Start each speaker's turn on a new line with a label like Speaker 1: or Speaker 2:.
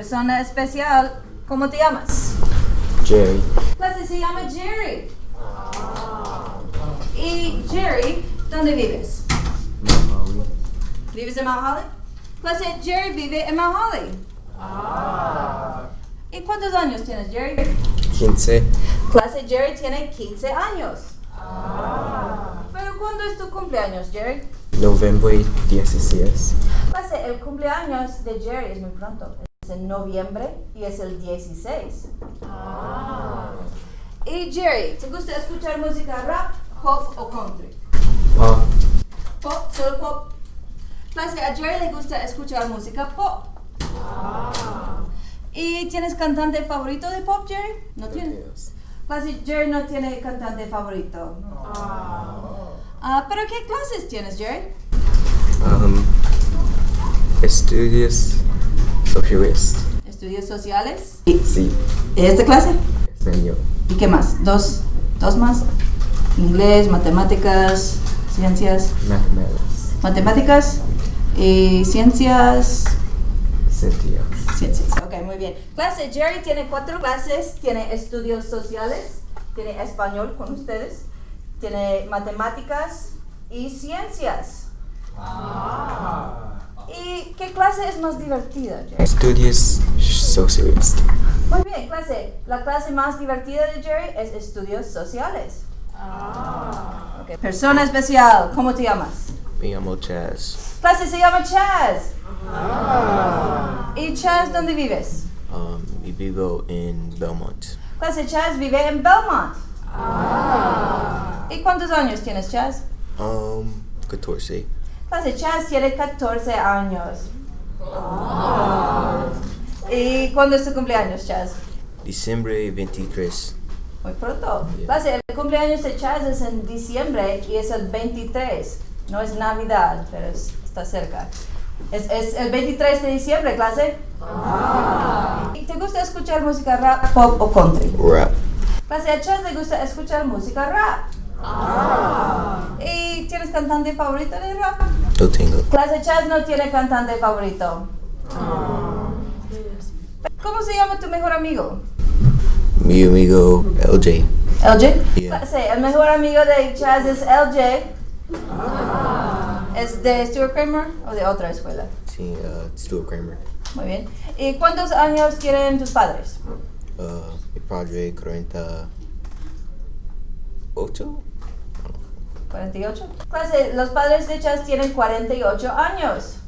Speaker 1: Persona especial, ¿cómo te llamas?
Speaker 2: Jerry.
Speaker 1: Clase se llama Jerry. Y Jerry, ¿dónde vives? ¿Vives en Mount Holly? Clase Jerry vive en Mount Holly. ¿Y cuántos años tienes, Jerry?
Speaker 2: 15.
Speaker 1: Clase Jerry tiene 15 años. ¿Pero cuándo es tu cumpleaños, Jerry?
Speaker 2: Noviembre 16.
Speaker 1: Clase, el cumpleaños de Jerry es muy pronto. Es en noviembre y es el 16. Y Jerry, ¿te gusta escuchar música rap, pop o country?
Speaker 2: Pop.
Speaker 1: Pop, solo pop. Clase, a Jerry le gusta escuchar música pop. ¿Y tienes cantante favorito de pop, Jerry? No tienes. Clase, Jerry no tiene cantante favorito. Ah, ¿Pero qué clases tienes, Jerry?
Speaker 2: Um, estudios socialist.
Speaker 1: Estudios sociales.
Speaker 2: Sí.
Speaker 1: ¿Esta clase?
Speaker 2: Señor.
Speaker 1: ¿Y qué más? ¿Dos, dos más? Inglés, matemáticas, ciencias.
Speaker 2: Mathematics.
Speaker 1: Matemáticas y ciencias.
Speaker 2: Sentido.
Speaker 1: Ciencias. Ok, muy bien. Clase, Jerry tiene cuatro clases. Tiene estudios sociales, tiene español con ustedes, tiene matemáticas y ciencias. ¿Y qué clase es más divertida, Jerry?
Speaker 2: Estudios socialist.
Speaker 1: Muy bien, clase. La clase más divertida de Jerry es estudios sociales. Ok, Persona especial, ¿cómo te llamas?
Speaker 2: Me llamo Chaz.
Speaker 1: Clase se llama Chaz. ¿Y Chaz dónde vives?
Speaker 2: Um, y vivo en Belmont.
Speaker 1: Clase Chaz vive en Belmont. ¿Y cuántos años tienes, Chaz?
Speaker 2: Um, 14.
Speaker 1: Clase Chaz tiene 14 años. ¿Y cuándo es tu cumpleaños, Chaz?
Speaker 2: Diciembre 23.
Speaker 1: Muy pronto.
Speaker 2: Yeah.
Speaker 1: Clase, el cumpleaños de Chaz es en diciembre y es el 23. No es Navidad, pero es- está cerca. Es, es el 23 de diciembre, clase. ¿Y te gusta escuchar música rap, pop o country?
Speaker 2: Rap.
Speaker 1: Clase, a Chaz le gusta escuchar música rap. ¿Y tienes cantante favorito de rap?
Speaker 2: No tengo.
Speaker 1: Clase, Chaz no tiene cantante favorito. ¿Cómo se llama tu mejor amigo?
Speaker 2: Mi amigo LJ.
Speaker 1: LJ.
Speaker 2: Yeah.
Speaker 1: Sí, el mejor amigo de Chaz es LJ. ¿Es de Stuart Kramer o de otra escuela?
Speaker 2: Sí, uh, Stuart Kramer.
Speaker 1: Muy bien. ¿Y cuántos años tienen tus padres?
Speaker 2: Uh, mi padre 48.
Speaker 1: 48. Clase, los padres de Chaz tienen 48 años.